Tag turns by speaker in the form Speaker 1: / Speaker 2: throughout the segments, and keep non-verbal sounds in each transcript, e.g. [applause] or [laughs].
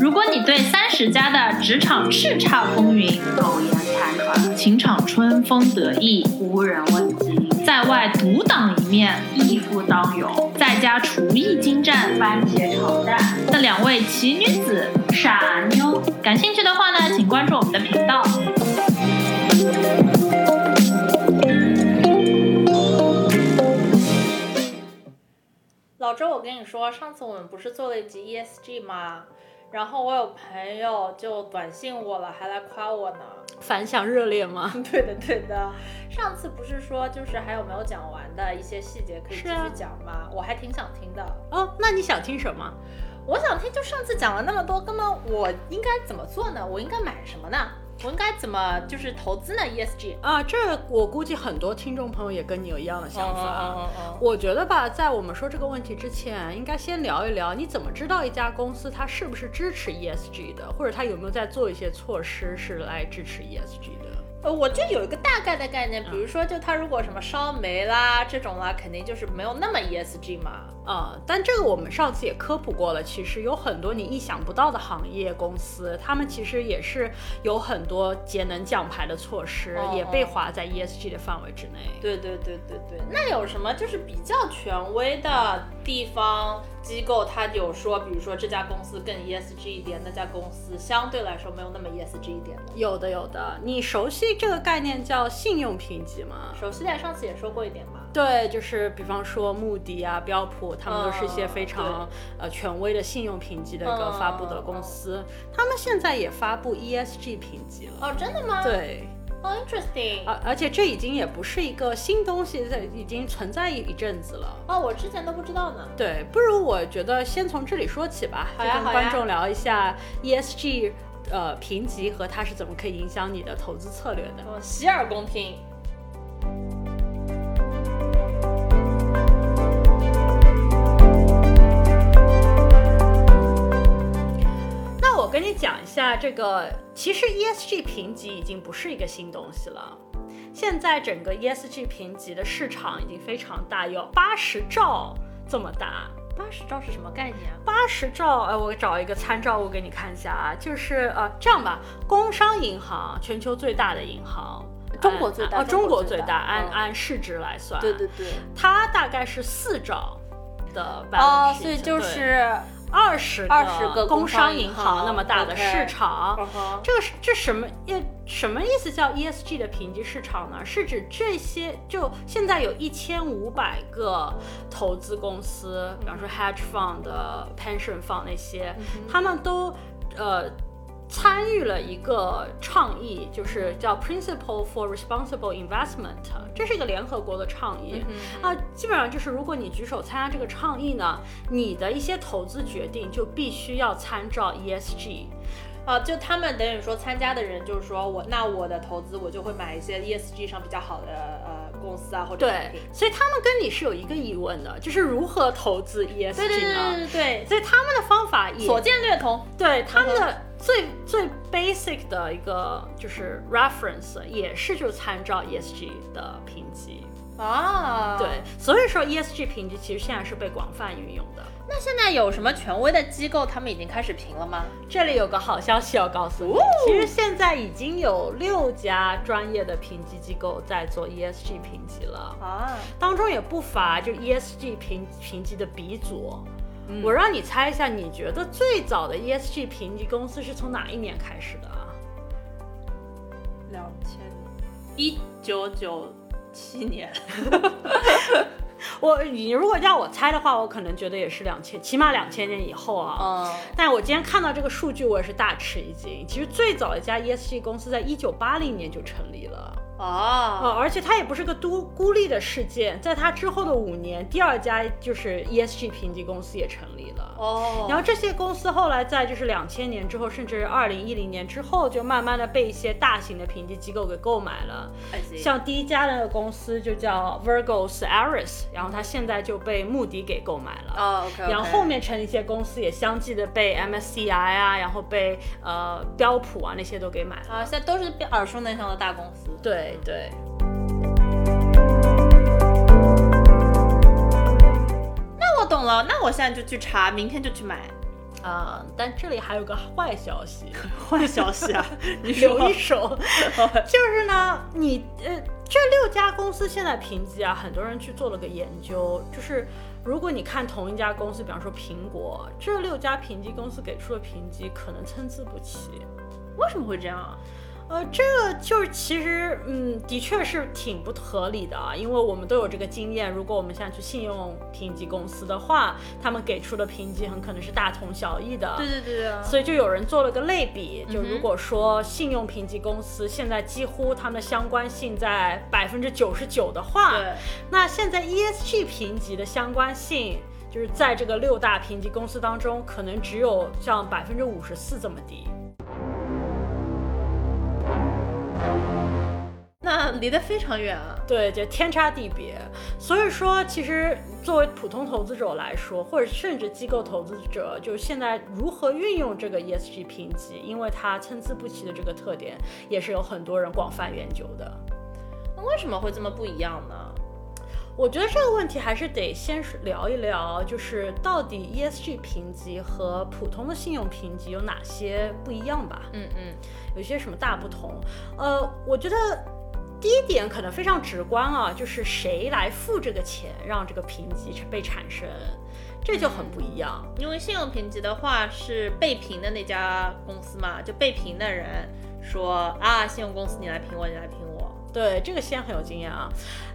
Speaker 1: 如果你对三十加的职场叱咤风云、
Speaker 2: 苟延残喘，
Speaker 1: 情场春风得意，
Speaker 2: 无人问津，
Speaker 1: 在外独当一面，
Speaker 2: 义夫当勇，
Speaker 1: 在家厨艺精湛
Speaker 2: 番茄炒蛋，
Speaker 1: 的两位奇女子。
Speaker 2: 傻妞。
Speaker 1: 感兴趣的话呢，请关注我们的频道。
Speaker 3: 老周，我跟你说，上次我们不是做了一集 ESG 吗？然后我有朋友就短信我了，还来夸我呢。
Speaker 4: 反响热烈吗？
Speaker 3: [laughs] 对的，对的。上次不是说就是还有没有讲完的一些细节可以继
Speaker 4: 是啊
Speaker 3: 续讲吗？我还挺想听的。
Speaker 4: 哦，那你想听什么？
Speaker 3: 我想听，就上次讲了那么多，根本我应该怎么做呢？我应该买什么呢？我应该怎么就是投资呢？ESG。？E
Speaker 4: 啊，这我估计很多听众朋友也跟你有一样的想
Speaker 1: 哦
Speaker 4: 法。啊
Speaker 3: 嗯嗯
Speaker 4: 我觉得吧，在我们说这个问题之前，应该先聊一聊你怎么知道一家公司它是不是支持 ESG 的，或者它有没有在做一些措施是来支持 ESG 的。
Speaker 3: 呃，我就有一个大概的概念，比如说，就它如果什么烧煤啦这种啦，肯定就是没有那么 ESG 嘛。
Speaker 4: 呃，但这个我们上次也科普过了。其实有很多你意想不到的行业公司，他们其实也是有很多节能降排的措施，
Speaker 3: 哦
Speaker 4: 也被
Speaker 3: 哦
Speaker 4: 划在 ESG 的范围之内。
Speaker 3: 对对对对对，那有什么就是比较权威的地方机构，它有说，比如说这家公司更 ESG 一点，那家公司相对来说没有那么 ESG 一点的。
Speaker 4: 有的有的，你熟悉这个概念叫信用评级吗？
Speaker 3: 首席在上次也说过一点嘛，
Speaker 4: 对，就是比方说穆迪啊、标普，他们都是一些
Speaker 3: 嗯
Speaker 4: 非常、呃权威的信用评级的一个
Speaker 3: 嗯
Speaker 4: 发布的公司，他们现在也发布 ESG 评级了。
Speaker 3: 哦，真的吗？，
Speaker 4: 对，
Speaker 3: 哦，interesting。
Speaker 4: 而、而且这已经也不是一个新东西，这已经存在一阵子了。
Speaker 3: 哦，我之前都不知道呢。
Speaker 4: 对，不如我觉得先从这里说起吧，
Speaker 3: 好
Speaker 4: 就
Speaker 3: 呀
Speaker 4: 跟
Speaker 3: 好呀
Speaker 4: 观众聊一下 ESG 呃评级和它是怎么可以影响你的投资策略的。
Speaker 3: 哦，洗耳恭听。
Speaker 4: 那我跟你讲一下，这个其实 ESG 评级已经不是一个新东西了。现在整个 ESG 评级的市场已经非常大，有八十兆这么大。
Speaker 3: 八十兆是什么概念啊？
Speaker 4: 八十兆，呃，我找一个参照物给你看一下啊，就是呃，这样吧，工商银行，全球最大的银行，
Speaker 3: 中国最大
Speaker 4: 按呃，中
Speaker 3: 啊中国
Speaker 4: 国
Speaker 3: 最
Speaker 4: 最
Speaker 3: 大
Speaker 4: 大，按
Speaker 3: 嗯
Speaker 4: 按市值来算，
Speaker 3: 对对，对。
Speaker 4: 它大概是四兆的 balance sheet，
Speaker 3: 哦，所以就
Speaker 4: 对
Speaker 3: 是，
Speaker 4: 二十
Speaker 3: 20个
Speaker 4: 工
Speaker 3: 工商
Speaker 4: 商
Speaker 3: 银
Speaker 4: 银
Speaker 3: 行
Speaker 4: 行那么大的
Speaker 3: OK
Speaker 4: 市场。
Speaker 3: 嗯哼
Speaker 4: 这个是这什么意什么意思叫 ESG 的评级市场呢？是指这些就现在有一千五百个投资公司，比方说 hedge fund、pension fund 那些，他们都呃参与了一个倡议，就是叫 Principle for Responsible Investment，这是一个联合国的倡议。
Speaker 3: 嗯
Speaker 4: 啊，基本上就是，如果你举手参加这个倡议呢，你的一些投资决定就必须要参照 E ESG，
Speaker 3: 啊，就他们等于说参加的人，就是说我那我的投资我就会买一些 ESG 上比较好的呃公司啊或者产
Speaker 4: 对
Speaker 3: 品。，
Speaker 4: 所以他们跟你是有一个疑问的，就是如何投资 ESG 呢？
Speaker 3: 对对对对对
Speaker 4: 所以他们的方法也
Speaker 3: 对，所嗯见略同。
Speaker 4: 对他们的最最 basic 的一个就是 reference 也是就参照 ESG 的评级。
Speaker 3: 啊，
Speaker 4: 对，，所以说 ESG 评级其实现在是被广泛运用的。
Speaker 3: 那现在有什么权威的机构，他们已经开始评了吗？
Speaker 4: 这里有个好消息要告诉
Speaker 3: 哦
Speaker 4: 你，其实现在已经有六家专业的评级机构在做 ESG 评级了。
Speaker 3: 啊，
Speaker 4: 当中也不乏就 ESG 评评级的鼻祖。
Speaker 3: 嗯
Speaker 4: 我让你猜一下，你觉得最早的 ESG 评级公司是从哪一年开始的啊？
Speaker 3: 两千一九九七年，
Speaker 4: 我你如果让我猜的话，我可能觉得也是两千，起码两千年以后啊。
Speaker 3: [laughs] 嗯，
Speaker 4: 但我今天看到这个数据，我也是大吃一惊。其实最早一家 ESG 公司在一九八零年就成立了，呃，
Speaker 3: 啊，
Speaker 4: 而且它也不是个独孤立的事件，在它之后的五年，第二家就是 ESG 评级公司也成立了。
Speaker 3: 哦，
Speaker 4: 然后这些公司后来在就是两千年之后，甚至二零一零年之后，就慢慢的被一些大型的评级机构给购买了。
Speaker 3: I see
Speaker 4: 像第一家的公司就叫 Virgos Aris，然后它现在就被穆迪给购买了。
Speaker 3: 啊，OK，
Speaker 4: 然后后面成立一些公司也相继的被 MSCI 啊，然后被呃标普啊那些都给买了。
Speaker 3: 啊，现在都是比耳熟能详的大公司。
Speaker 4: 对对。
Speaker 3: 我懂懂了，那我现在就去查，明天就去
Speaker 4: [laughs]
Speaker 3: 买。
Speaker 4: 啊、但这里还有个坏消息，
Speaker 3: 坏消息
Speaker 4: [laughs]
Speaker 3: 啊！你说
Speaker 4: 留一手，
Speaker 3: [laughs]
Speaker 4: 就是呢，你呃，这六家公司现在评级啊，很多人去做了个研究，就是如果你看同一家公司，比方说苹果，这六家评级公司给出的评级可能参差不齐。
Speaker 3: 为什么会这样啊？
Speaker 4: 呃，这个就是其实，嗯，的确是挺不合理的啊，因为我们都有这个经验。如果我们现在去信用评级公司的话，他们给出的评级很可能是大同小异的。
Speaker 3: 对对对啊！
Speaker 4: 所以就有人做了个类比，就
Speaker 3: 嗯哼
Speaker 4: 如果说信用评级公司现在几乎它们的相关性在百分之九十九的话，
Speaker 3: 对，
Speaker 4: 那现在 ESG 评级的相关性。就是在这个六大评级公司当中，可能只有像百分之五十四这么低。
Speaker 3: 那离得非常远啊。
Speaker 4: 对，就天差地别。所以说，其实作为普通投资者来说，或者甚至机构投资者，就是现在如何运用这个 ESG 评级，因为它参差不齐的这个特点，也是有很多人广泛研究的。
Speaker 3: 那为什么会这么不一样呢？
Speaker 4: 我觉得这个问题还是得先聊一聊，就是到底 ESG 评级和普通的信用评级有哪些不一样吧？
Speaker 3: 嗯嗯，
Speaker 4: 有些什么大不同？呃，我觉得第一点可能非常直观啊，就是谁来付这个钱，让这个评级被产生，这就很不一样。
Speaker 3: 因为信用评级的话是被评的那家公司嘛，就被评的人说啊，信用公司你来评我，你来评我。
Speaker 4: 对，这个先很有经验啊。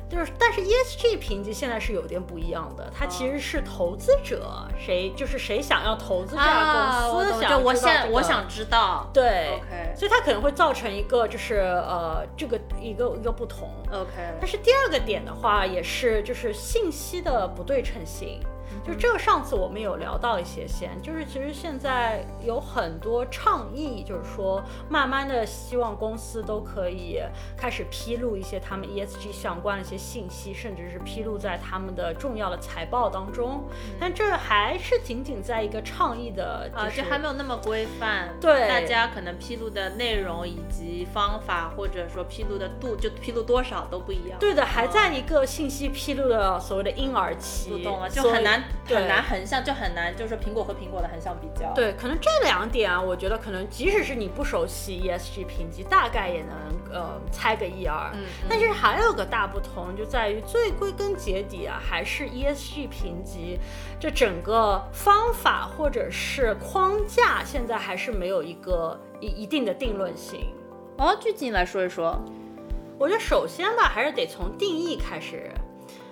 Speaker 4: 就是，但是 ESG 评级现在是有点不一样的，它其实
Speaker 3: 嗯
Speaker 4: 是投资者谁就是谁想要投资这家公司，想
Speaker 3: 就啊我
Speaker 4: 知道
Speaker 3: 现
Speaker 4: 这
Speaker 3: 我
Speaker 4: 个
Speaker 3: 想知道。
Speaker 4: 对
Speaker 3: OK
Speaker 4: 所以它可能会造成一个就是呃这个一个一个不同。呃但
Speaker 3: OK，
Speaker 4: 是第二个点的话，也是就是信息的不对
Speaker 3: 嗯
Speaker 4: 称性。就这个，上次我们有聊到一些先，就是其实现在有很多倡议，就是说慢慢的希望公司都可以开始披露一些他们 ESG 相关的一些信息，甚至是披露在他们的重要的财报当中。但这还是仅仅在一个倡议的，
Speaker 3: 嗯啊，
Speaker 4: 是
Speaker 3: 就还没有那么规范，
Speaker 4: 对
Speaker 3: 大家可能披露的内容以及方法，或者说披露的度，就披露多少都不一样。啊
Speaker 4: 对的，还在一个信息披露的所谓的婴儿期，
Speaker 3: 我懂了，就
Speaker 4: 所以
Speaker 3: 很难
Speaker 4: 对
Speaker 3: 很难横向，就很难，就是说苹果和苹果的横向比较。，
Speaker 4: 对，可能这两点啊，我觉得可能即使是你不熟
Speaker 3: 嗯
Speaker 4: 悉 ESG 评级，大概也能呃猜个一二。
Speaker 3: 嗯，
Speaker 4: 但是还有个大不同，就在于最归根结底啊，还是 ESG 评级这整个方法或者是框架，现在还是没有一个一一定的定论性。
Speaker 3: 哦，具体来说一说，
Speaker 4: 我觉得首先吧，还是得从定义开始，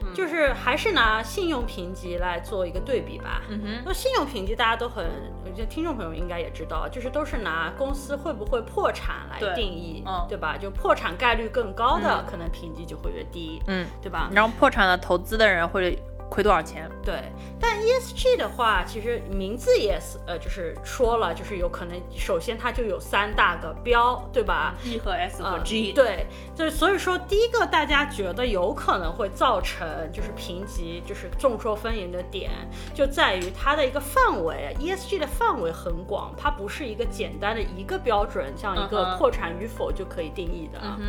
Speaker 3: 嗯
Speaker 4: 就是还是拿信用评级来做一个对比吧。
Speaker 3: 嗯哼，
Speaker 4: 那信用评级大家都很，我觉得听众朋友应该也知道，就是都是拿公司会不会破产来
Speaker 3: 对
Speaker 4: 定义，
Speaker 3: 嗯
Speaker 4: 对吧？就破产概率更高的，可能评级就会越低，
Speaker 3: 嗯，
Speaker 4: 对吧？
Speaker 3: 然后破产了投资的人会亏多少钱？
Speaker 4: 对，但 ESG 的话，其实名字也是呃，就是说了，就是有可能，首先它就有三大个标，对吧？
Speaker 3: E 和 S 和
Speaker 4: 呃
Speaker 3: G，、
Speaker 4: 对，就是所以说，第一个大家觉得有可能会造成就是评级就是众说纷纭的点，就在于它的一个范围，ESG 的范围很广，它不是一个简单的一个标准，像一
Speaker 3: 嗯
Speaker 4: 个
Speaker 3: 哼嗯
Speaker 4: 破产与否就可以定义的。啊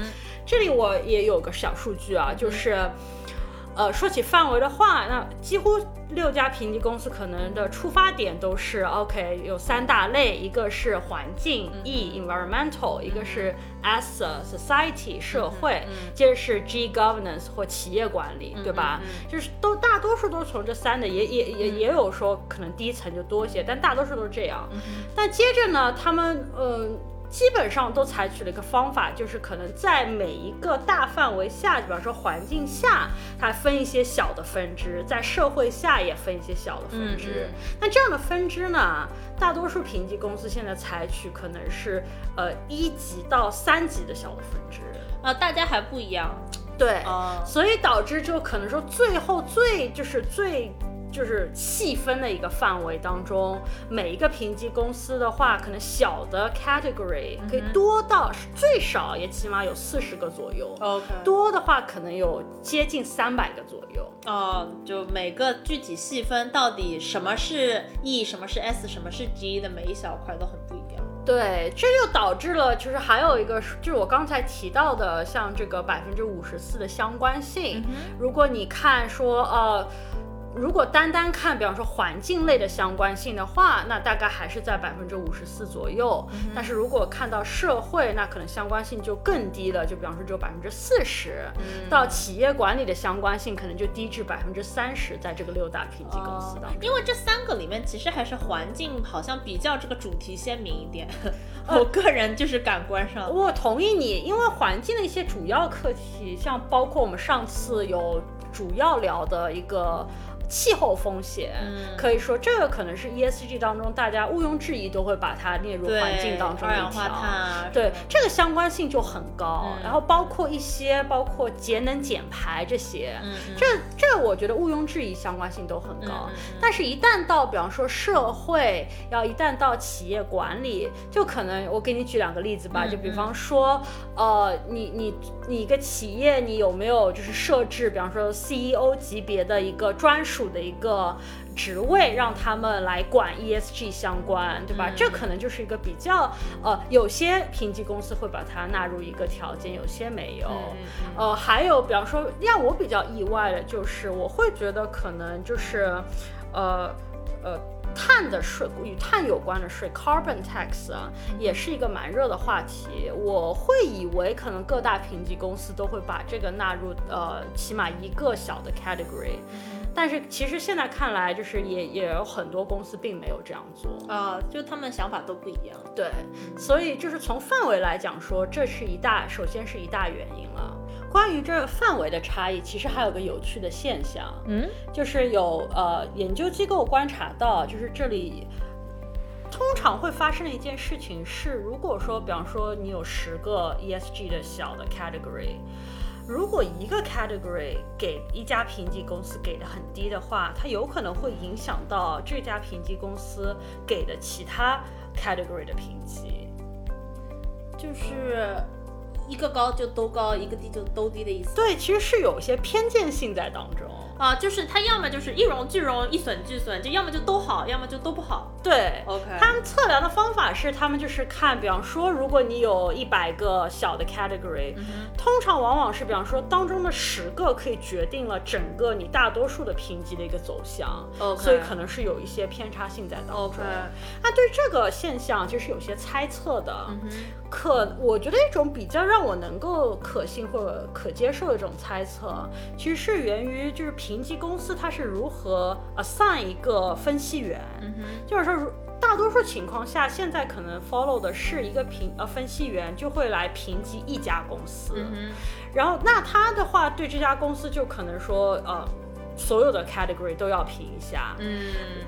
Speaker 4: 这里我也有个小数据啊，就是。呃，说起范围的话，那几乎六家评级公司可能的出发点都是 OK，有三大类，一个是环境、E environmental，一个是 S society 社会，接着是 G governance 或企业管理，对吧？就是都大多数都是从这三的，也也也也有说可能第一层就多一些，但大多数都是这样。但接着呢，他们嗯、呃基本上都采取了一个方法，就是可能在每一个大范围下，比方说环境下，它分一些小的分支，在社会下也分一些小的分支。那这样的分支呢，大多数评级公司现在采取可能是呃一级到三级的小的分支。
Speaker 3: 啊，大家还不一样
Speaker 4: 对，
Speaker 3: 啊，
Speaker 4: 所以导致就可能说最后最就是最就是细分的一个范围当中，每一个评级公司的话，可能小的 category 可以多到、最少也起码有四十个左右。
Speaker 3: OK，
Speaker 4: 多的话可能有接近三百个左右，
Speaker 3: 哦，就每个具体细分到底什么是 E，什么是 S，什么是 G 的每一小块都很不一样。
Speaker 4: 对，这就导致了，就是还有一个，就是我刚才提到的，像这个百分之五十四的相关性，如果你看说呃。如果单单看，比方说环境类的相关性的话，那大概还是在百分之五十四左右。但是如果看到社会，那可能相关性就更低了，就比方说只有百分之四十。到企业管理的相关性可能就低至百分之三十，在这个六大评级公司当中。
Speaker 3: 哦因为这三个里面，其实还是环境好像比较这个主题鲜明一点。 [laughs] 我个人就是感官上，
Speaker 4: 我同意你，因为环境的一些主要课题，像包括我们上次有主要聊的一个气候风险，
Speaker 3: 嗯
Speaker 4: 可以说这个可能是 ESG 当中大家毋庸置疑都会把它列入
Speaker 3: 对
Speaker 4: 环境当中
Speaker 3: 二
Speaker 4: 的
Speaker 3: 氧
Speaker 4: 一
Speaker 3: 化碳
Speaker 4: 条。
Speaker 3: 啊，
Speaker 4: 对
Speaker 3: 什么，
Speaker 4: 这个相关性就很高，
Speaker 3: 嗯
Speaker 4: 然后包括一些包括节能减排这些，
Speaker 3: 嗯嗯
Speaker 4: 这这我觉得毋庸置疑相关性都很高。
Speaker 3: 嗯嗯嗯
Speaker 4: 但是，一旦到比方说社会，要一旦到企业管理，就可能我给你举两个例子吧，
Speaker 3: 嗯
Speaker 4: 就比方说，呃，你你你一个企业，你有没有就是设置，比方说 CEO 级别的一个专属的一个。职位让他们来管 ESG 相关，对吧？
Speaker 3: 嗯
Speaker 4: 这可能就是一个比较呃，有些评级公司会把它纳入一个条件，有些没有。
Speaker 3: 嗯嗯
Speaker 4: 呃，还有，比方说，让我比较意外的就是，我会觉得可能就是，呃，呃，碳的税与碳有关的税 （carbon tax） 啊，也是一个蛮热的话题。我会以为可能各大评级公司都会把这个纳入呃，起码一个小的 category，但是其实现在看来，就是也也有很多公司并没有这样做。
Speaker 3: 啊，就他们想法都不一样。
Speaker 4: 对，所以就是从范围来讲说，这是一大，首先是一大原因了。关于这范围的差异，其实还有个有趣的现象，
Speaker 3: 嗯，
Speaker 4: 就是有呃研究机构观察到，就是这里通常会发生的一件事情是，如果说，比方说你有十个 ESG 的小的 category，如果一个 category 给一家评级公司给的很低的话，它有可能会影响到这家评级公司给的其他 category 的评级。
Speaker 3: 就是一个高就都高，一个低就都低的意思。
Speaker 4: 对，其实是有一些偏见性在当中。
Speaker 3: 啊，就是它要么就是一荣俱荣，一损俱损，就要么就都好，要么就都不好。
Speaker 4: 对
Speaker 3: OK，
Speaker 4: 他们测量的方法是，他们就是看，比方说，如果你有一百个小的 category，、通
Speaker 3: 嗯
Speaker 4: 常往往是，比方说当中的十个可以决定了整个你大多数的评级的一个走向
Speaker 3: OK
Speaker 4: 所以可能是有一些偏差性在当中。
Speaker 3: OK
Speaker 4: 那对这个现象，其实有些猜测的。
Speaker 3: 嗯
Speaker 4: 可我觉得一种比较让我能够可信或者可接受的一种猜测，其实是源于就是评级公司它是如何 assign 一个分析员，
Speaker 3: 嗯
Speaker 4: 就是说如大多数情况下，现在可能 follow 的是一个评呃分析员就会来评级一家公司，然后那他的话对这家公司就可能说呃所有的 category 都要评一下，
Speaker 3: 嗯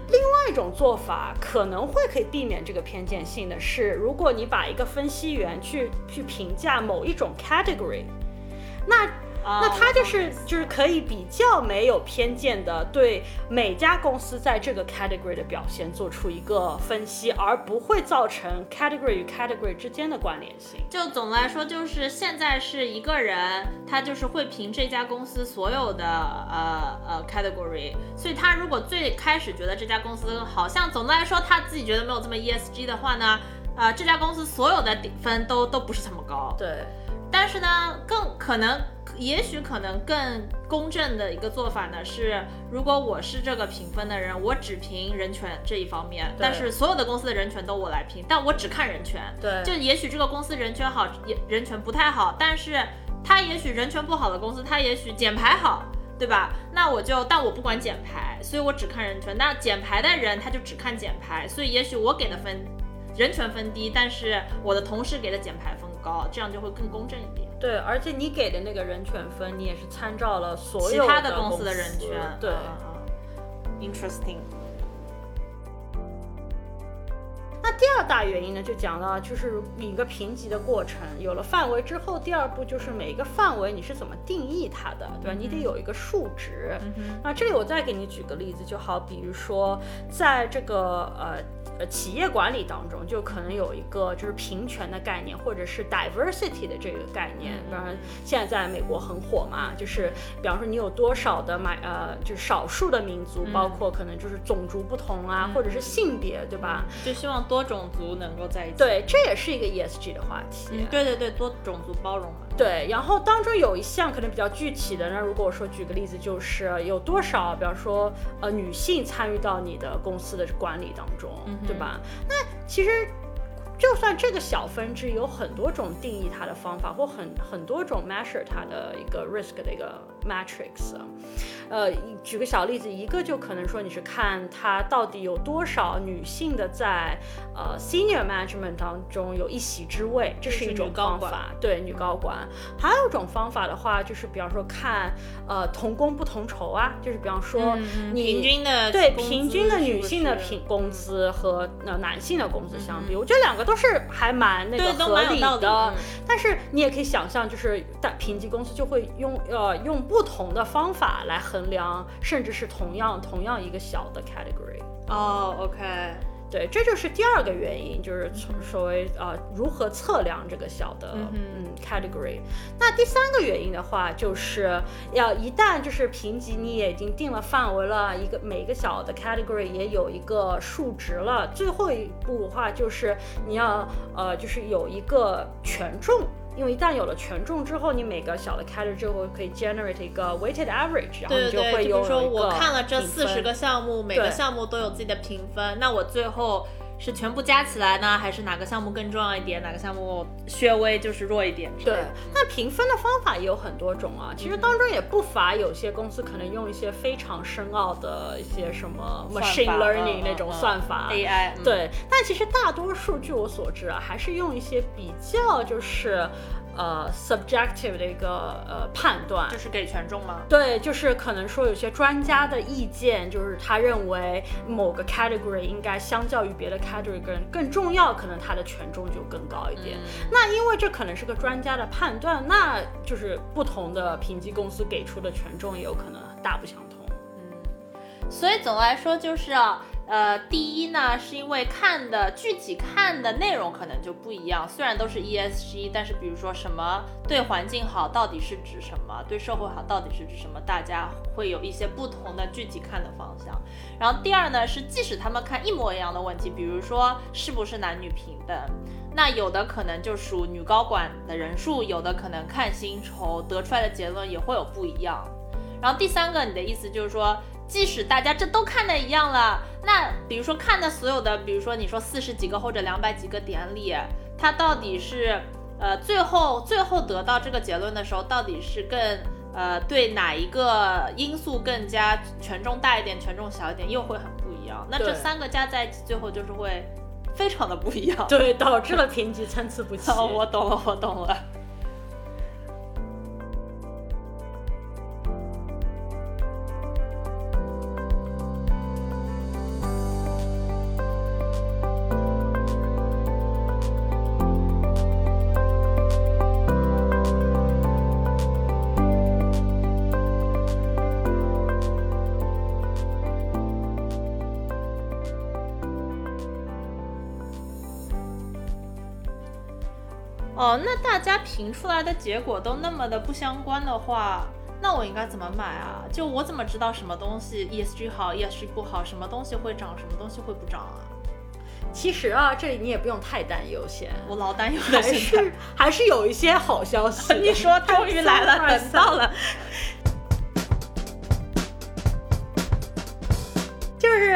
Speaker 4: 另一种做法可能会可以避免这个偏见性的是，如果你把一个分析员去去评价某一种 category，那
Speaker 3: 啊
Speaker 4: 那他就是就是可以比较没有偏见的对每家公司在这个 category 的表现做出一个分析，而不会造成 category 与 category 之间的关联性。
Speaker 3: 就总的来说，就是现在是一个人，他就是会评这家公司所有的呃呃 category，所以他如果最开始觉得这家公司好像总的来说他自己觉得没有这么 ESG 的话呢，呃这家公司所有的底分都都不是这么高，
Speaker 4: 对，
Speaker 3: 但是呢，更可能，也许可能更公正的一个做法呢是，如果我是这个评分的人，我只评人权这一方面，但是所有的公司的人权都我来评，但我只看人权。
Speaker 4: 对
Speaker 3: 就也许这个公司人权好，也人权不太好，但是它也许人权不好的公司，它也许减排好。对吧？那我就，但我不管减排，所以我只看人权。那减排的人他就只看减排，所以也许我给的分人权分低，但是我的同事给的减排分高，这样就会更公正一点。
Speaker 4: 对，而且你给的那个人权分，你也是参照了所
Speaker 3: 其
Speaker 4: 有
Speaker 3: 他
Speaker 4: 的
Speaker 3: 公司
Speaker 4: 司
Speaker 3: 的人权，
Speaker 4: 对。
Speaker 3: 啊啊啊 Interesting，
Speaker 4: 那第二大原因呢，就讲到就是一个评级的过程，有了范围之后，第二步就是每一个范围你是怎么定义它的，对吧？你得有一个数值。那这里我再给你举个例子，就好比如说在这个呃。呃，企业管理当中就可能有一个就是平权的概念，或者是 diversity 的这个概念。当然，现在在美国很火嘛，就是比方说你有多少的买呃，就是少数的民族，包括可能就是种族不同啊，或者是性别，对吧？
Speaker 3: 就希望多种族族能够在一起。
Speaker 4: 对，这也是一个 ESG 的话题。
Speaker 3: 嗯，对对对，多种族包容嘛。
Speaker 4: 对，然后当中有一项可能比较具体的，那如果我说举个例子，就是有多少，比方说呃女性参与到你的公司的管理当中，
Speaker 3: 嗯哼
Speaker 4: 对吧？那其实就算这个小分支有很多种定义它的方法，或很很多种 measure 它的一个 risk 的一个 matrix，呃，举个小例子，一个就可能说你是看它到底有多少女性的在呃 senior management 当中有一席之位，这是一种方
Speaker 3: 就是女高
Speaker 4: 法，对女高管。还有一种方法的话，就是比方说看呃同工不同酬啊，就是比方说
Speaker 3: 嗯
Speaker 4: 你
Speaker 3: 平均的
Speaker 4: 对
Speaker 3: 工资
Speaker 4: 平均的
Speaker 3: 是
Speaker 4: 女
Speaker 3: 不
Speaker 4: 性的
Speaker 3: 是嗯
Speaker 4: 平工资和呃男性的工资相比，我觉得两个都是还蛮那个
Speaker 3: 对都
Speaker 4: 合
Speaker 3: 蛮有
Speaker 4: 理
Speaker 3: 道理
Speaker 4: 的
Speaker 3: 嗯。
Speaker 4: 但是你也可以想象，就是大评级公司就会用呃用不同的方法来衡量，甚至是同样同样一个小的 category。
Speaker 3: 哦，OK，
Speaker 4: 对，这就是第二个原因，就是从所谓呃如何测量这个小的
Speaker 3: 嗯哼
Speaker 4: 嗯 category。那第三个原因的话，就是要一旦就是评级你也已经定了范围了，一个每一个小的 category 也有一个数值了，最后一步的话就是你要呃就是有一个权重。因为一旦有了权重之后，你每个小的 category 就会可以 generate 一个 weighted average，然后
Speaker 3: 对对
Speaker 4: 你
Speaker 3: 对，
Speaker 4: 会
Speaker 3: 就比
Speaker 4: 有
Speaker 3: 如说
Speaker 4: 一
Speaker 3: 我
Speaker 4: 个
Speaker 3: 看了这
Speaker 4: 评
Speaker 3: 四十
Speaker 4: 分
Speaker 3: 个项目，每个
Speaker 4: 对
Speaker 3: 项目都有自己的评分，那我最后是全部加起来呢，还是哪个项目更重要一点，哪个项目略微就是弱一点之类
Speaker 4: 对
Speaker 3: 的？，
Speaker 4: 那评分的方法也有很多种啊。其
Speaker 3: 嗯
Speaker 4: 实当中也不乏有些公司可能用一些非常深奥的一些什么
Speaker 3: 算法
Speaker 4: machine
Speaker 3: 嗯
Speaker 4: learning
Speaker 3: 嗯
Speaker 4: 那种
Speaker 3: 嗯
Speaker 4: 算法。
Speaker 3: AI，嗯，
Speaker 4: 对，但其实大多数，据我所知啊，还是用一些比较就是，呃，subjective 的一个呃判断，
Speaker 3: 就是给权重吗？
Speaker 4: 对，就是可能说有些专家的意见，就是他认为某个 category 应该相较于别的 category 更更重要，可能它的权重就更高一点。
Speaker 3: 嗯
Speaker 4: 那因为这可能是个专家的判断，那就是不同的评级公司给出的权重也有可能大不相同。
Speaker 3: 所以总的来说就是啊、呃，第一呢，是因为看的具体看的内容可能就不一样，虽然都是 ESG，但是比如说什么对环境好到底是指什么，对社会好到底是指什么，大家会有一些不同的具体看的方向。然后第二呢是，即使他们看一模一样的问题，比如说是不是男女平等，那有的可能就属女高管的人数，有的可能看薪酬，得出来的结论也会有不一样。然后第三个，你的意思就是说，即使大家这都看的一样了，那比如说看的所有的，比如说你说四十几个或者两百几个典礼，它到底是呃最后最后得到这个结论的时候，到底是更呃对哪一个因素更加权重大一点，权重小一点，又会很不一样。那这
Speaker 4: 对
Speaker 3: 三个加在一起，最后就是会非常的不一样。
Speaker 4: 对，导致了评级参差不齐。
Speaker 3: 哦， [laughs] 我懂了，我懂了。哦，那大家评出来的结果都那么的不相关的话，那我应该怎么买啊？就我怎么知道什么东西 ESG 好，ESG 不好，什么东西会涨，什么东西会不涨啊？
Speaker 4: 其实啊，这里你也不用太担忧先，
Speaker 3: 我老担忧
Speaker 4: 还
Speaker 3: 了，现在。
Speaker 4: 是还是有一些好消息的。
Speaker 3: [laughs] 你说终于来
Speaker 4: I'm
Speaker 3: 了，
Speaker 4: so
Speaker 3: 等到
Speaker 4: excited
Speaker 3: 了。
Speaker 4: 就是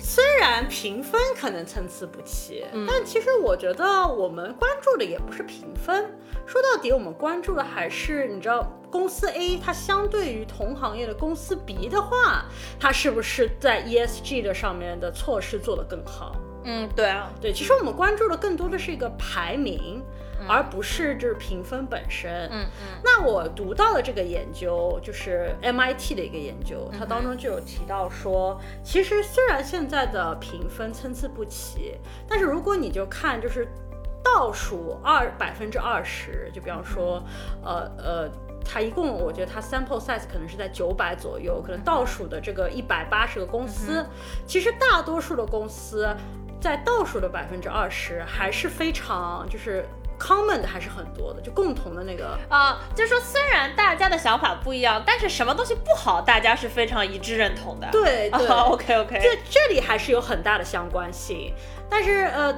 Speaker 4: 虽然评分可能参差不齐，
Speaker 3: 嗯
Speaker 4: 但其实我觉得我们关注的也不是评分，说到底我们关注的还是你知道。公司 A 它相对于同行业的公司 B 的话，它是不是在 ESG 的上面的措施做得更好？
Speaker 3: 嗯，对啊，
Speaker 4: 对，其实我们关注的更多的是一个排名，而不是就是评分本身。
Speaker 3: 嗯嗯
Speaker 4: 那我读到了这个研究，就是 MIT 的一个研究，它当中就有提到说，其实虽然现在的评分参差不齐，但是如果你就看就是倒数二百分之二十，就比方说，呃呃。它一共，我觉得它 sample size 可能是在九百左右，可能倒数的这个一百八十个公司，其实大多数的公司在倒数的百分之二十还是非常就是 common 的，还是很多的，就共同的那个
Speaker 3: 啊、就说虽然大家的想法不一样，但是什么东西不好，大家是非常一致认同的。 [laughs] 哦
Speaker 4: 对对、
Speaker 3: 啊，OK OK，
Speaker 4: 这这里还是有很大的相关性，但是呃，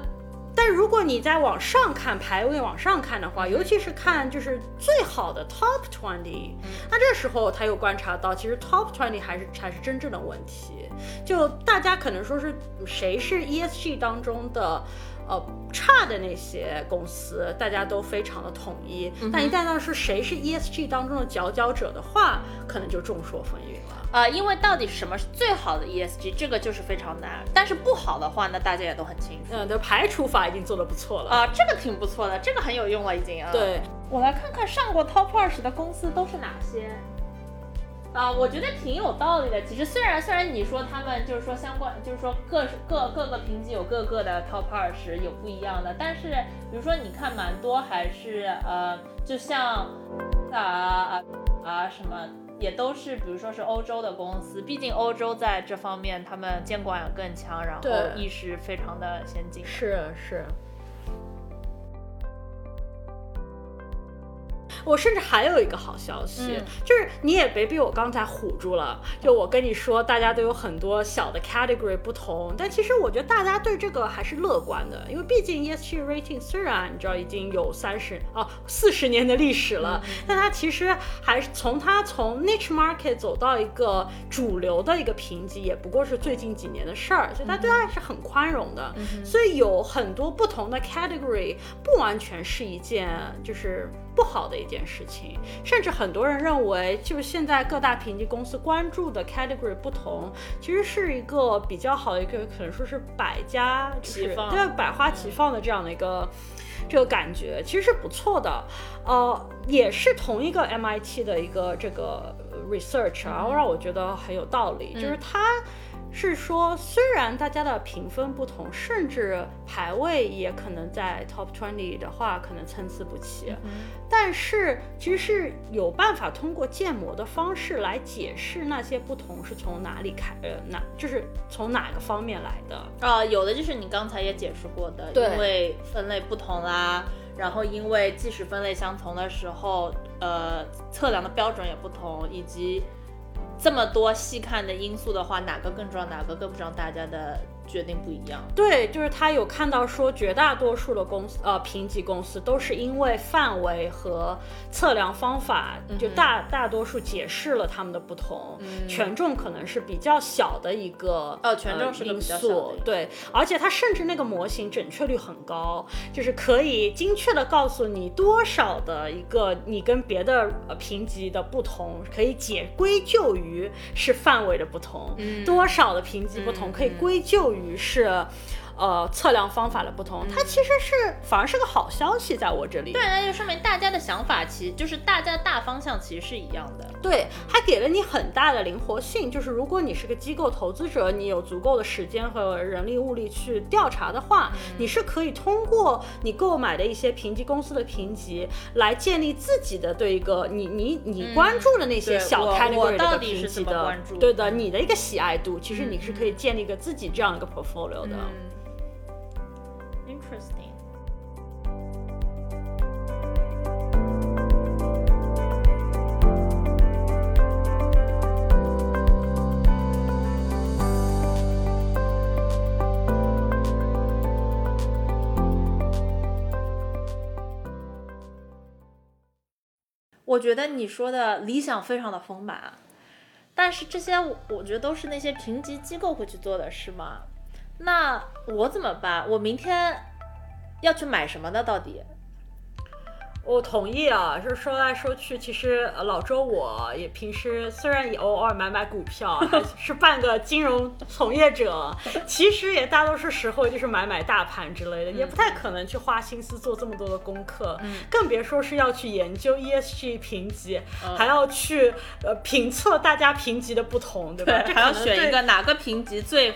Speaker 4: 但如果你在往上看排位往上看的话，尤其是看就是最好的 top twenty，那这时候他又观察到，其实 top twenty 还是才是真正的问题。就大家可能说是谁是 ESG 当中的。呃，差的那些公司，大家都非常的统一。但一旦到是谁是 ESG 当中的佼佼者的话，可能就众说纷纭了。
Speaker 3: 呃，因为到底什么是最好的 ESG，这个就是非常难。但是不好的话呢，大家也都很清楚。
Speaker 4: 嗯，的排除法已经做得不错了。
Speaker 3: 啊、这个挺不错的，这个很有用了已经啊。，
Speaker 4: 对，
Speaker 3: 我来看看上过 Top 二十的公司都是哪些。啊、我觉得挺有道理的。其实虽然虽然你说他们就是说相关，就是说各各各个评级有各个的 top 二十有不一样的，但是比如说你看蛮多还是呃，就像啊啊啊什么。也都是，比如说是欧洲的公司，毕竟欧洲在这方面他们监管也更强，然后
Speaker 4: 对
Speaker 3: 意识非常的先进。
Speaker 4: 是啊是。我甚至还有一个好消息，
Speaker 3: 嗯
Speaker 4: 就是你也别被我刚才唬住了。就我跟你说，大家都有很多小的 category 不同，但其实我觉得大家对这个还是乐观的，因为毕竟 ESG rating 虽然你知道已经有三十哦四十年的历史了，但它其实还是从它从 niche market 走到一个主流的一个评级，也不过是最近几年的事儿，所以它对它还是很宽容的。所以有很多不同的 category，不完全是一件就是不好的一件事情，甚至很多人认为，就是现在各大评级公司关注的 category 不同，其实是一个比较好的一个，可能说是百家就
Speaker 3: 齐
Speaker 4: 是
Speaker 3: 放
Speaker 4: 对百花齐放的这样的一个。这个感觉其实是不错的，呃，也是同一个 MIT 的一个这个呃 research，然
Speaker 3: 嗯
Speaker 4: 后让我觉得很有道理，就是它是说，虽然大家的评分不同，甚至排位也可能在 top twenty 的话，可能参差不齐，但是其实是有办法通过建模的方式来解释那些不同是从哪里开，呃，哪就是从哪个方面来的。
Speaker 3: 呃，有的就是你刚才也解释过的，
Speaker 4: 对
Speaker 3: 因为分类不同啦，然后因为即使分类相同的时候，呃，测量的标准也不同，以及这么多细看的因素的话，哪个更重要，哪个更不重要，大家的决定不一样。
Speaker 4: 对，就是他有看到说，绝大多数的公司呃评级公司都是因为范围和测量方法，
Speaker 3: 嗯
Speaker 4: 就大大多数解释了他们的不同。权重可能是比较小的一个
Speaker 3: 哦权重是个
Speaker 4: 呃、因
Speaker 3: 比较小的
Speaker 4: 素
Speaker 3: 一个，
Speaker 4: 对，而且它甚至那个模型准确率很高，就是可以精确的告诉你多少的一个你跟别的呃评级的不同，可以解归咎于是范围的不同，多少的评级不同、可以归咎于是。呃，测量方法的不同，它其实是反而是个好消息，在我这里。
Speaker 3: 对，那就说明大家的想法其实就是大家的大方向其实是一样的。
Speaker 4: 对，它给了你很大的灵活性，就是如果你是个机构投资者，你有足够的时间和人力物力去调查的话，
Speaker 3: 嗯
Speaker 4: 你是可以通过你购买的一些评级公司的评级来建立自己的对一个你你你关注的那些
Speaker 3: 嗯对
Speaker 4: 小
Speaker 3: 我
Speaker 4: category
Speaker 3: 我
Speaker 4: 的
Speaker 3: 到
Speaker 4: 一个
Speaker 3: 底
Speaker 4: 评
Speaker 3: 是
Speaker 4: 级
Speaker 3: 怎么
Speaker 4: 的
Speaker 3: 关注，嗯
Speaker 4: 对的，你的一个喜爱度，其实你是可以建立一个自己这样一个 portfolio
Speaker 3: 嗯
Speaker 4: 的。
Speaker 3: Interesting。我觉得你说的理想非常的丰满，但是这些我我觉得都是那些评级机构会去做的事嘛。那我怎么办？我明天要去买什么呢？到底？
Speaker 4: 我同意啊，就是说来说去，其实呃老周我也平时虽然也偶尔买买股票，啊还是半个金融从业者，其实也大多数时候就是买买大盘之类的，也不太可能去花心思做这么多的功课，更别说是要去研究 ESG 评级，还要去呃评测大家评级的不同，对
Speaker 3: [laughs]
Speaker 4: 吧？这可
Speaker 3: 还要
Speaker 4: 能
Speaker 3: 选
Speaker 4: 对
Speaker 3: 一个哪个评级最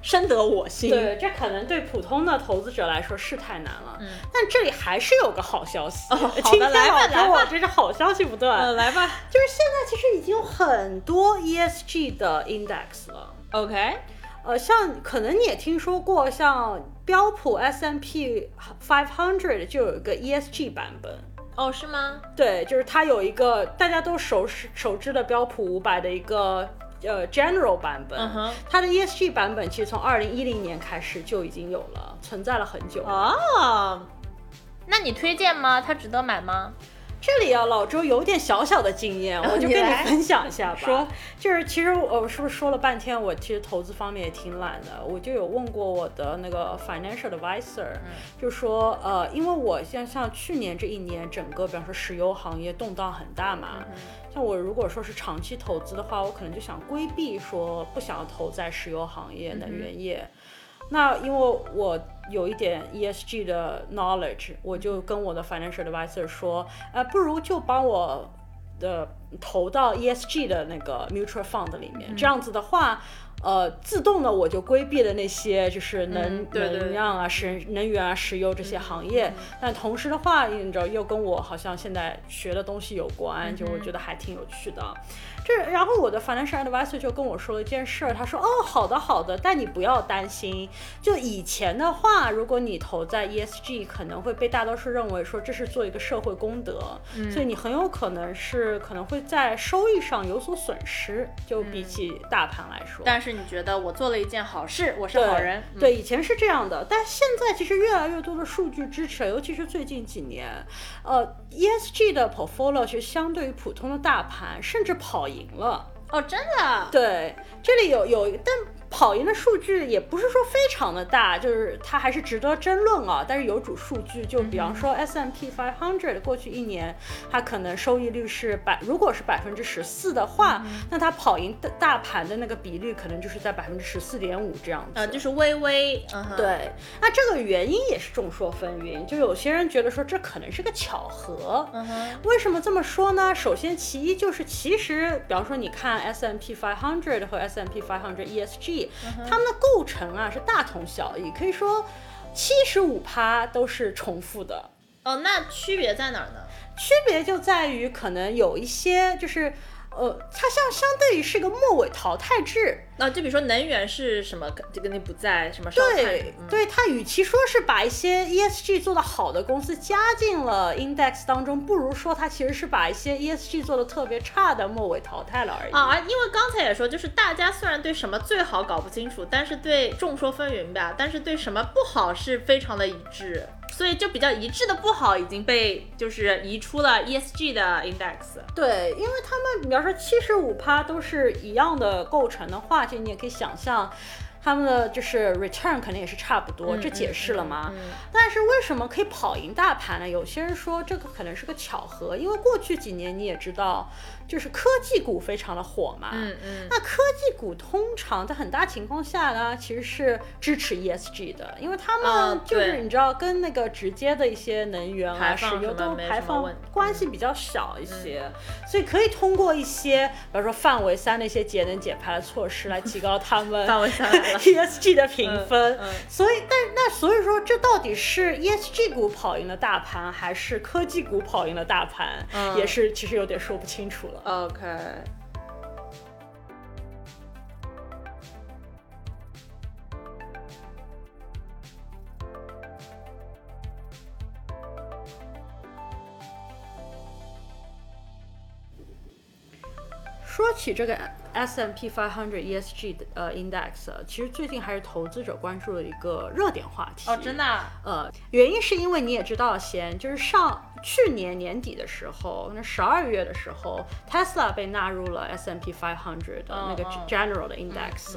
Speaker 3: 深得我心？
Speaker 4: 对，这可能对普通的投资者来说是太难了。嗯，但这里还是有个好消息。
Speaker 3: 哦
Speaker 4: 呃
Speaker 3: 好的
Speaker 4: 今天
Speaker 3: 来吧
Speaker 4: 老
Speaker 3: 来
Speaker 4: 周
Speaker 3: 吧
Speaker 4: 我真是好消息不断。
Speaker 3: 呃，来吧。
Speaker 4: 就是现在其实已经有很多 ESG 的 index 了。
Speaker 3: OK，
Speaker 4: 呃，像可能你也听说过，像标普 S M P 500就有一个 ESG 版本，
Speaker 3: 哦，是吗？
Speaker 4: 对，就是它有一个大家都熟识熟知的标普五百的一个呃 general 版本，
Speaker 3: 嗯哼，
Speaker 4: 它的 ESG 版本其实从二零一零年开始就已经有了，存在了很久。
Speaker 3: 哦，那你推荐吗？它值得买吗？
Speaker 4: 这里啊，老周有点小小的经验，我就跟
Speaker 3: 你
Speaker 4: 你
Speaker 3: 哦来
Speaker 4: 分享一下吧。
Speaker 3: 说，
Speaker 4: 就是其实我我是不是说了半天，我其实投资方面也挺懒的，我就有问过我的那个 financial advisor，、就
Speaker 3: 嗯
Speaker 4: 说呃，因为我像像去年这一年，整个比方说石油行业动荡很大嘛，
Speaker 3: 嗯
Speaker 4: 像我如果说是长期投资的话，我可能就想规避说不想要投在石油行业、
Speaker 3: 嗯
Speaker 4: 能源业。那因为我有一点 ESG 的 knowledge，我就跟我的 financial advisor 说，呃，不如就帮我的投到 ESG 的那个 mutual fund 里
Speaker 3: 嗯
Speaker 4: 面，这样子的话。呃，自动的我就规避了那些就是能、
Speaker 3: 嗯对嗯对
Speaker 4: 能量啊、石能源啊、石油这些行业，但同时的话，你知道又跟我好像现在学的东西有
Speaker 3: 嗯
Speaker 4: 关，就我觉得还挺有趣的。这然后我的 financial advisor 就跟我说了一件事儿，他说哦，好的好的，但你不要担心，就以前的话，如果你投在 ESG，可能会被大多数认为说这是做一个社会功德，
Speaker 3: 嗯
Speaker 4: 所以你很有可能是可能会在收益上有所损失，就比起大盘来说。
Speaker 3: 嗯但是你觉得我做了一件好事，我是
Speaker 4: 对
Speaker 3: 好人，嗯
Speaker 4: 对，以前是这样的，但现在其实越来越多的数据支持，尤其是最近几年，呃，ESG 的 portfolio 其实相对于普通的大盘，甚至跑赢了。
Speaker 3: 哦，真的，
Speaker 4: 对，这里有有，但跑赢的数据也不是说非常的大，就是它还是值得争论啊。但是有主数据，就比
Speaker 3: 嗯
Speaker 4: 方说 S M P 500过去一年，它可能收益率是百，如果是百分之十四的话，
Speaker 3: 嗯
Speaker 4: 那它跑赢大大盘的那个比率可能就是在百分之十四点五这样子。
Speaker 3: 呃，就是微微，嗯哼，
Speaker 4: 对，那这个原因也是众说纷纭，就有些人觉得说这可能是个巧合。
Speaker 3: 嗯哼，
Speaker 4: 为什么这么说呢？首先，其一就是其实，比方说你看 S M P 500和 S M P 500 E S G，、它们的构成啊是大同小异，可以说七十五趴都是重复的。
Speaker 3: 哦，那区别在哪儿呢？
Speaker 4: 区别就在于可能有一些就是，呃，它像相对于是个末尾淘汰制，
Speaker 3: 啊，就比如说能源是什么，就跟你不在什么烧
Speaker 4: 对
Speaker 3: 炭，嗯
Speaker 4: 对，它与其说是把一些 ESG 做得好的公司加进了 index 当中，不如说它其实是把一些 ESG 做得特别差的末尾淘汰了而已。
Speaker 3: 啊，因为刚才也说，就是大家虽然对什么最好搞不清楚，但是对众说纷纭吧，但是对什么不好是非常的一致，所以就比较一致的不好已经被就是移出了 ESG 的 index。
Speaker 4: 对，因为他们比方说七十五趴都是一样的构成的话，就你也可以想象。他们的就是 return 肯定也是差不多，这解释了吗？但是为什么可以跑赢大盘呢？有些人说这个可能是个巧合，因为过去几年你也知道，就是科技股非常的火嘛，
Speaker 3: 嗯嗯，
Speaker 4: 那科技股通常在很大情况下呢，其实是支持 ESG 的，因为他们
Speaker 3: 啊
Speaker 4: 就
Speaker 3: 对
Speaker 4: 是你知道跟那个直接的一些能源啊、
Speaker 3: 排
Speaker 4: 石
Speaker 3: 放
Speaker 4: 油
Speaker 3: 什么
Speaker 4: 都
Speaker 3: 没
Speaker 4: 排
Speaker 3: 什么
Speaker 4: 放
Speaker 3: 问题嗯
Speaker 4: 关系比较小一些，所以可以通过一些，比如说范围三的一些节能减排的措施来提高他们
Speaker 3: 范围下
Speaker 4: [laughs]
Speaker 3: 来了。
Speaker 4: ESG 的评分。
Speaker 3: 嗯嗯
Speaker 4: 所以，但那所以说，这到底是 ESG 股跑赢了大盘，还是科技股跑赢了大盘，
Speaker 3: 嗯
Speaker 4: 也是其实有点说不清楚了。
Speaker 3: OK。
Speaker 4: 说起这个 S M P 500 ESG 的呃 index，呃其实最近还是投资者关注的一个热点话题。
Speaker 3: 哦，真的、啊？
Speaker 4: 呃，原因是因为你也知道，先就是上去年年底的时候，那十二月的时候，Tesla 被纳入了 S M P 500的那个
Speaker 3: 嗯嗯嗯
Speaker 4: General 的 index，、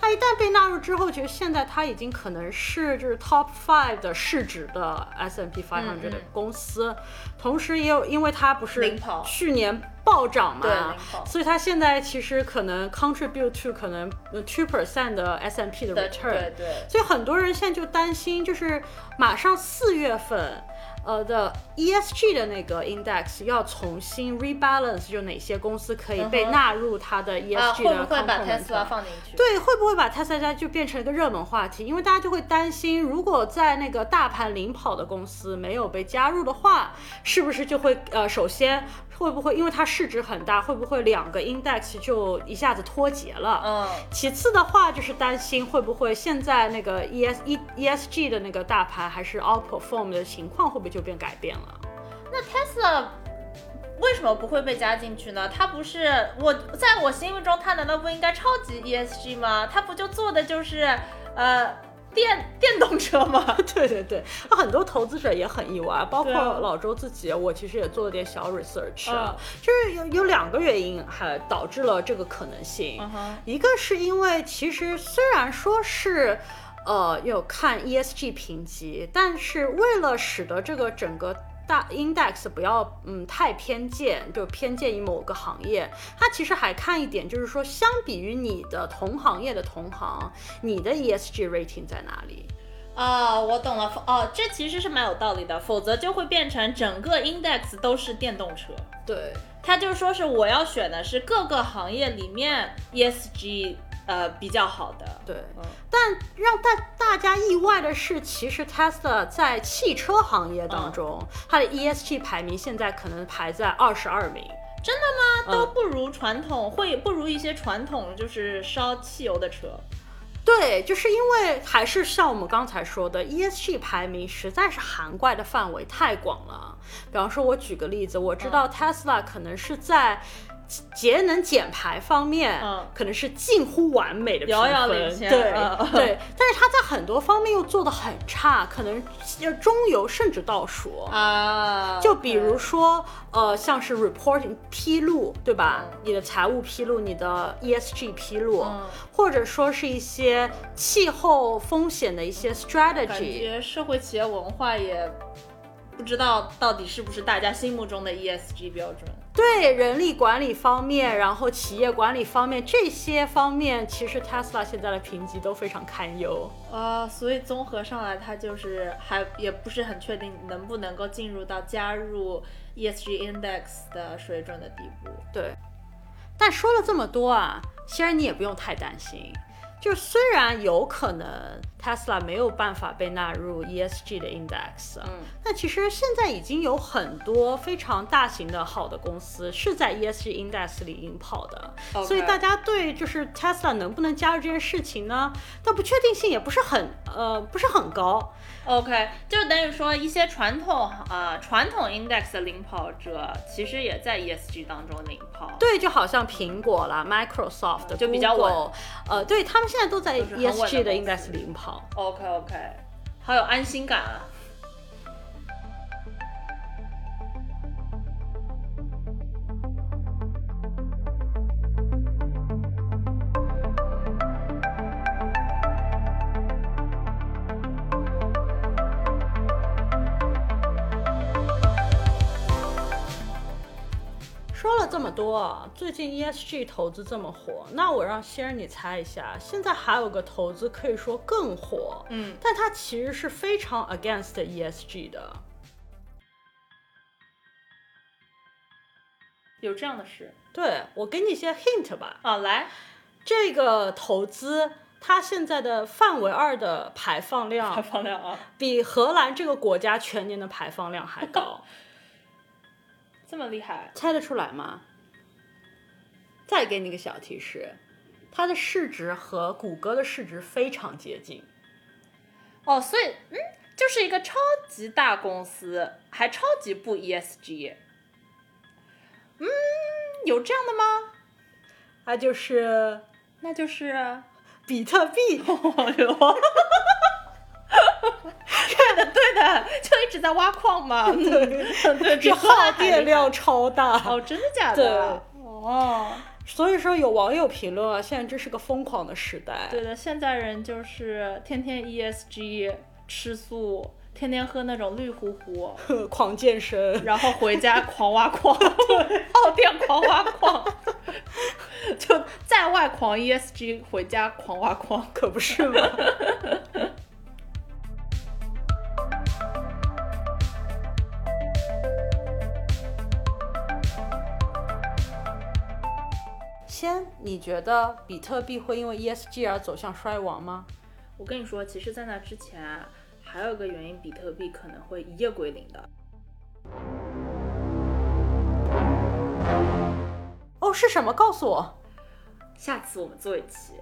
Speaker 4: 它一旦被纳入之后，其实现在它已经可能是就是 Top Five 的市值的 S M P 500的公司，同时也有因为它不是
Speaker 3: 嗯领跑
Speaker 4: 去年暴涨嘛
Speaker 3: 对领，跑
Speaker 4: 所以它现在其实可能 contribute to 可能呃 two percent 的 S M P 的
Speaker 3: 对
Speaker 4: return，
Speaker 3: 对对。
Speaker 4: 所以很多人现在就担心，就是马上四月份，呃的 ESG 的那个 index 要重新 rebalance，就哪些公司可以
Speaker 3: 嗯
Speaker 4: 被
Speaker 3: 哼
Speaker 4: 纳入它 E 的
Speaker 3: 啊，
Speaker 4: ESG
Speaker 3: 会
Speaker 4: 的
Speaker 3: 不会把
Speaker 4: component
Speaker 3: Tesla 放进去？，
Speaker 4: 对，会不会把 Tesla 家就变成一个热门话题？因为大家就会担心，如果在那个大盘领跑的公司没有被加入的话，是不是就会呃，首先会不会因为它市值很大，会不会两个 index 就一下子脱节了？
Speaker 3: 嗯，
Speaker 4: 其次的话，就是担心会不会现在那个 E S E E S G 的那个大盘还是 outperform 的情况会不会就变改变了？
Speaker 3: 那 Tesla 为什么不会被加进去呢？它不是我在我心目中，它难道不应该超级 ESG 吗？它不就做的就是呃电电动车吗？
Speaker 4: [laughs]
Speaker 3: [laughs]
Speaker 4: 对对对，那很多投资者也很意外，包括
Speaker 3: 对啊嗯
Speaker 4: 老周自己，我其实也做了点小 research，、啊，就是有有两个原因还导致了这个可能性。
Speaker 3: 嗯哼，
Speaker 4: 一个是因为其实虽然说是。呃，有看 ESG 评级，但是为了使得这个整个大 index 不要嗯太偏见，就偏见于某个行业，它其实还看一点，就是说相比于你的同行业的同行，你的 ESG rating 在哪里？
Speaker 3: 啊、我懂了。哦，这其实是蛮有道理的，否则就会变成整个 index 都是电动车。
Speaker 4: 对，
Speaker 3: 他就说是我要选的是各个行业里面 ESG 呃比较好的。
Speaker 4: 对，
Speaker 3: 嗯
Speaker 4: 但让大大家意外的是，其实 Tesla 在汽车行业当中，它的 ESG 排名现在可能排在二十二名。真的
Speaker 3: 都
Speaker 4: 吗？嗯、
Speaker 3: 不如传统，会不如一些传统就是烧汽油的车。
Speaker 4: 对，就是因为还是像我们刚才说的，ESG 排名实在是涵盖的范围太广了。比方说，我举个例子，我知
Speaker 3: 嗯
Speaker 4: 道 Tesla 可能是在节能减排方面，
Speaker 3: 嗯
Speaker 4: 可能是近乎完美的评
Speaker 3: 遥
Speaker 4: 分，
Speaker 3: 遥领先
Speaker 4: 对、
Speaker 3: 嗯
Speaker 4: 对，但是它在很多方面又做得很差，可能中游甚至倒数。
Speaker 3: 啊
Speaker 4: 就比如说，呃，像是 reporting 披露，对吧？你的财务披露，你的 ESG 披露，
Speaker 3: 嗯
Speaker 4: 或者说是一些气候风险的一些
Speaker 3: 感
Speaker 4: strategy。
Speaker 3: 觉社会企业文化也不知道到底是不是大家心目中的 ESG 标准。
Speaker 4: 啊对人力管理方面，然后企业管理方面这些方面，其实 Tesla 现在的评级都非常堪忧。
Speaker 3: 啊、所以综合上来，它就是还也不是很确定能不能够进入到加入 ESG index 的水准的地步。
Speaker 4: 对，但说了这么多啊，其实你也不用太担心。就是虽然有可能 Tesla 没有办法被纳入 ESG 的 index，嗯，那其实现在已经有很多非常大型的好的公司是在 ESG index 里领跑的
Speaker 3: OK
Speaker 4: 所以大家对就是 Tesla 能不能加入这件事情呢，那不确定性也不是很呃不是很高，
Speaker 3: OK，就等于说一些传统啊、呃传统 index 的领跑者，其实也在 ESG 当中领跑。
Speaker 4: 对，就好像苹果啦、Microsoft
Speaker 3: 就比较稳
Speaker 4: Google，呃，对他们现在都在
Speaker 3: 就是很稳的
Speaker 4: ESG 的
Speaker 3: 公司
Speaker 4: index 里领跑。
Speaker 3: OK OK，好有安心感啊。
Speaker 4: 说了这么多啊，最近 ESG 投资这么火，那我让仙儿你猜一下，现在还有个投资可以说更火，
Speaker 3: 嗯，
Speaker 4: 但它其实是非常 against ESG 的。
Speaker 3: 有这样的事
Speaker 4: 对我给你一些 hint 吧，
Speaker 3: 啊，来，
Speaker 4: 这个投资它现在的范围二的排放 [laughs]
Speaker 3: [laughs]
Speaker 4: 量
Speaker 3: 放量啊，
Speaker 4: 比荷兰这个国家全年的排放量还高，
Speaker 3: 这么厉害，
Speaker 4: [laughs] 猜得出来吗？再给你个小提示，它的市值和谷歌的市值非常接近。
Speaker 3: 哦，所以嗯，就是一个超级大公司，还超级不 ESG，嗯，有这样的吗？
Speaker 4: 它就是
Speaker 3: 那就是， [laughs]
Speaker 4: 比特 [laughs] 币。
Speaker 3: 哦哟，对的对的，就一直在挖矿嘛， [laughs] 对，比
Speaker 4: 这
Speaker 3: 荷
Speaker 4: 耗
Speaker 3: 兰还厉害
Speaker 4: 电量超大，
Speaker 3: [laughs] 哦，真的假的？
Speaker 4: 对
Speaker 3: 哦，
Speaker 4: 所以说有网友评论啊，现在这是个疯狂的时代。
Speaker 3: 对的，现在人就是天天 ESG 吃素，天天喝那种绿乎乎，
Speaker 4: 对， [laughs] 狂健身。
Speaker 3: 然后回家狂挖矿， [laughs] 耗电狂挖矿，就在外狂 ESG，回家狂挖矿。
Speaker 4: 可不是嘛。 [laughs] 先，你觉得比特币会因为 ESG 而走向衰亡吗？
Speaker 3: 我跟你说，其实，在那之前啊还有一个原因，比特币可能会一夜归零的。
Speaker 4: 哦，是什么？告诉我。
Speaker 3: 下次我们做一期，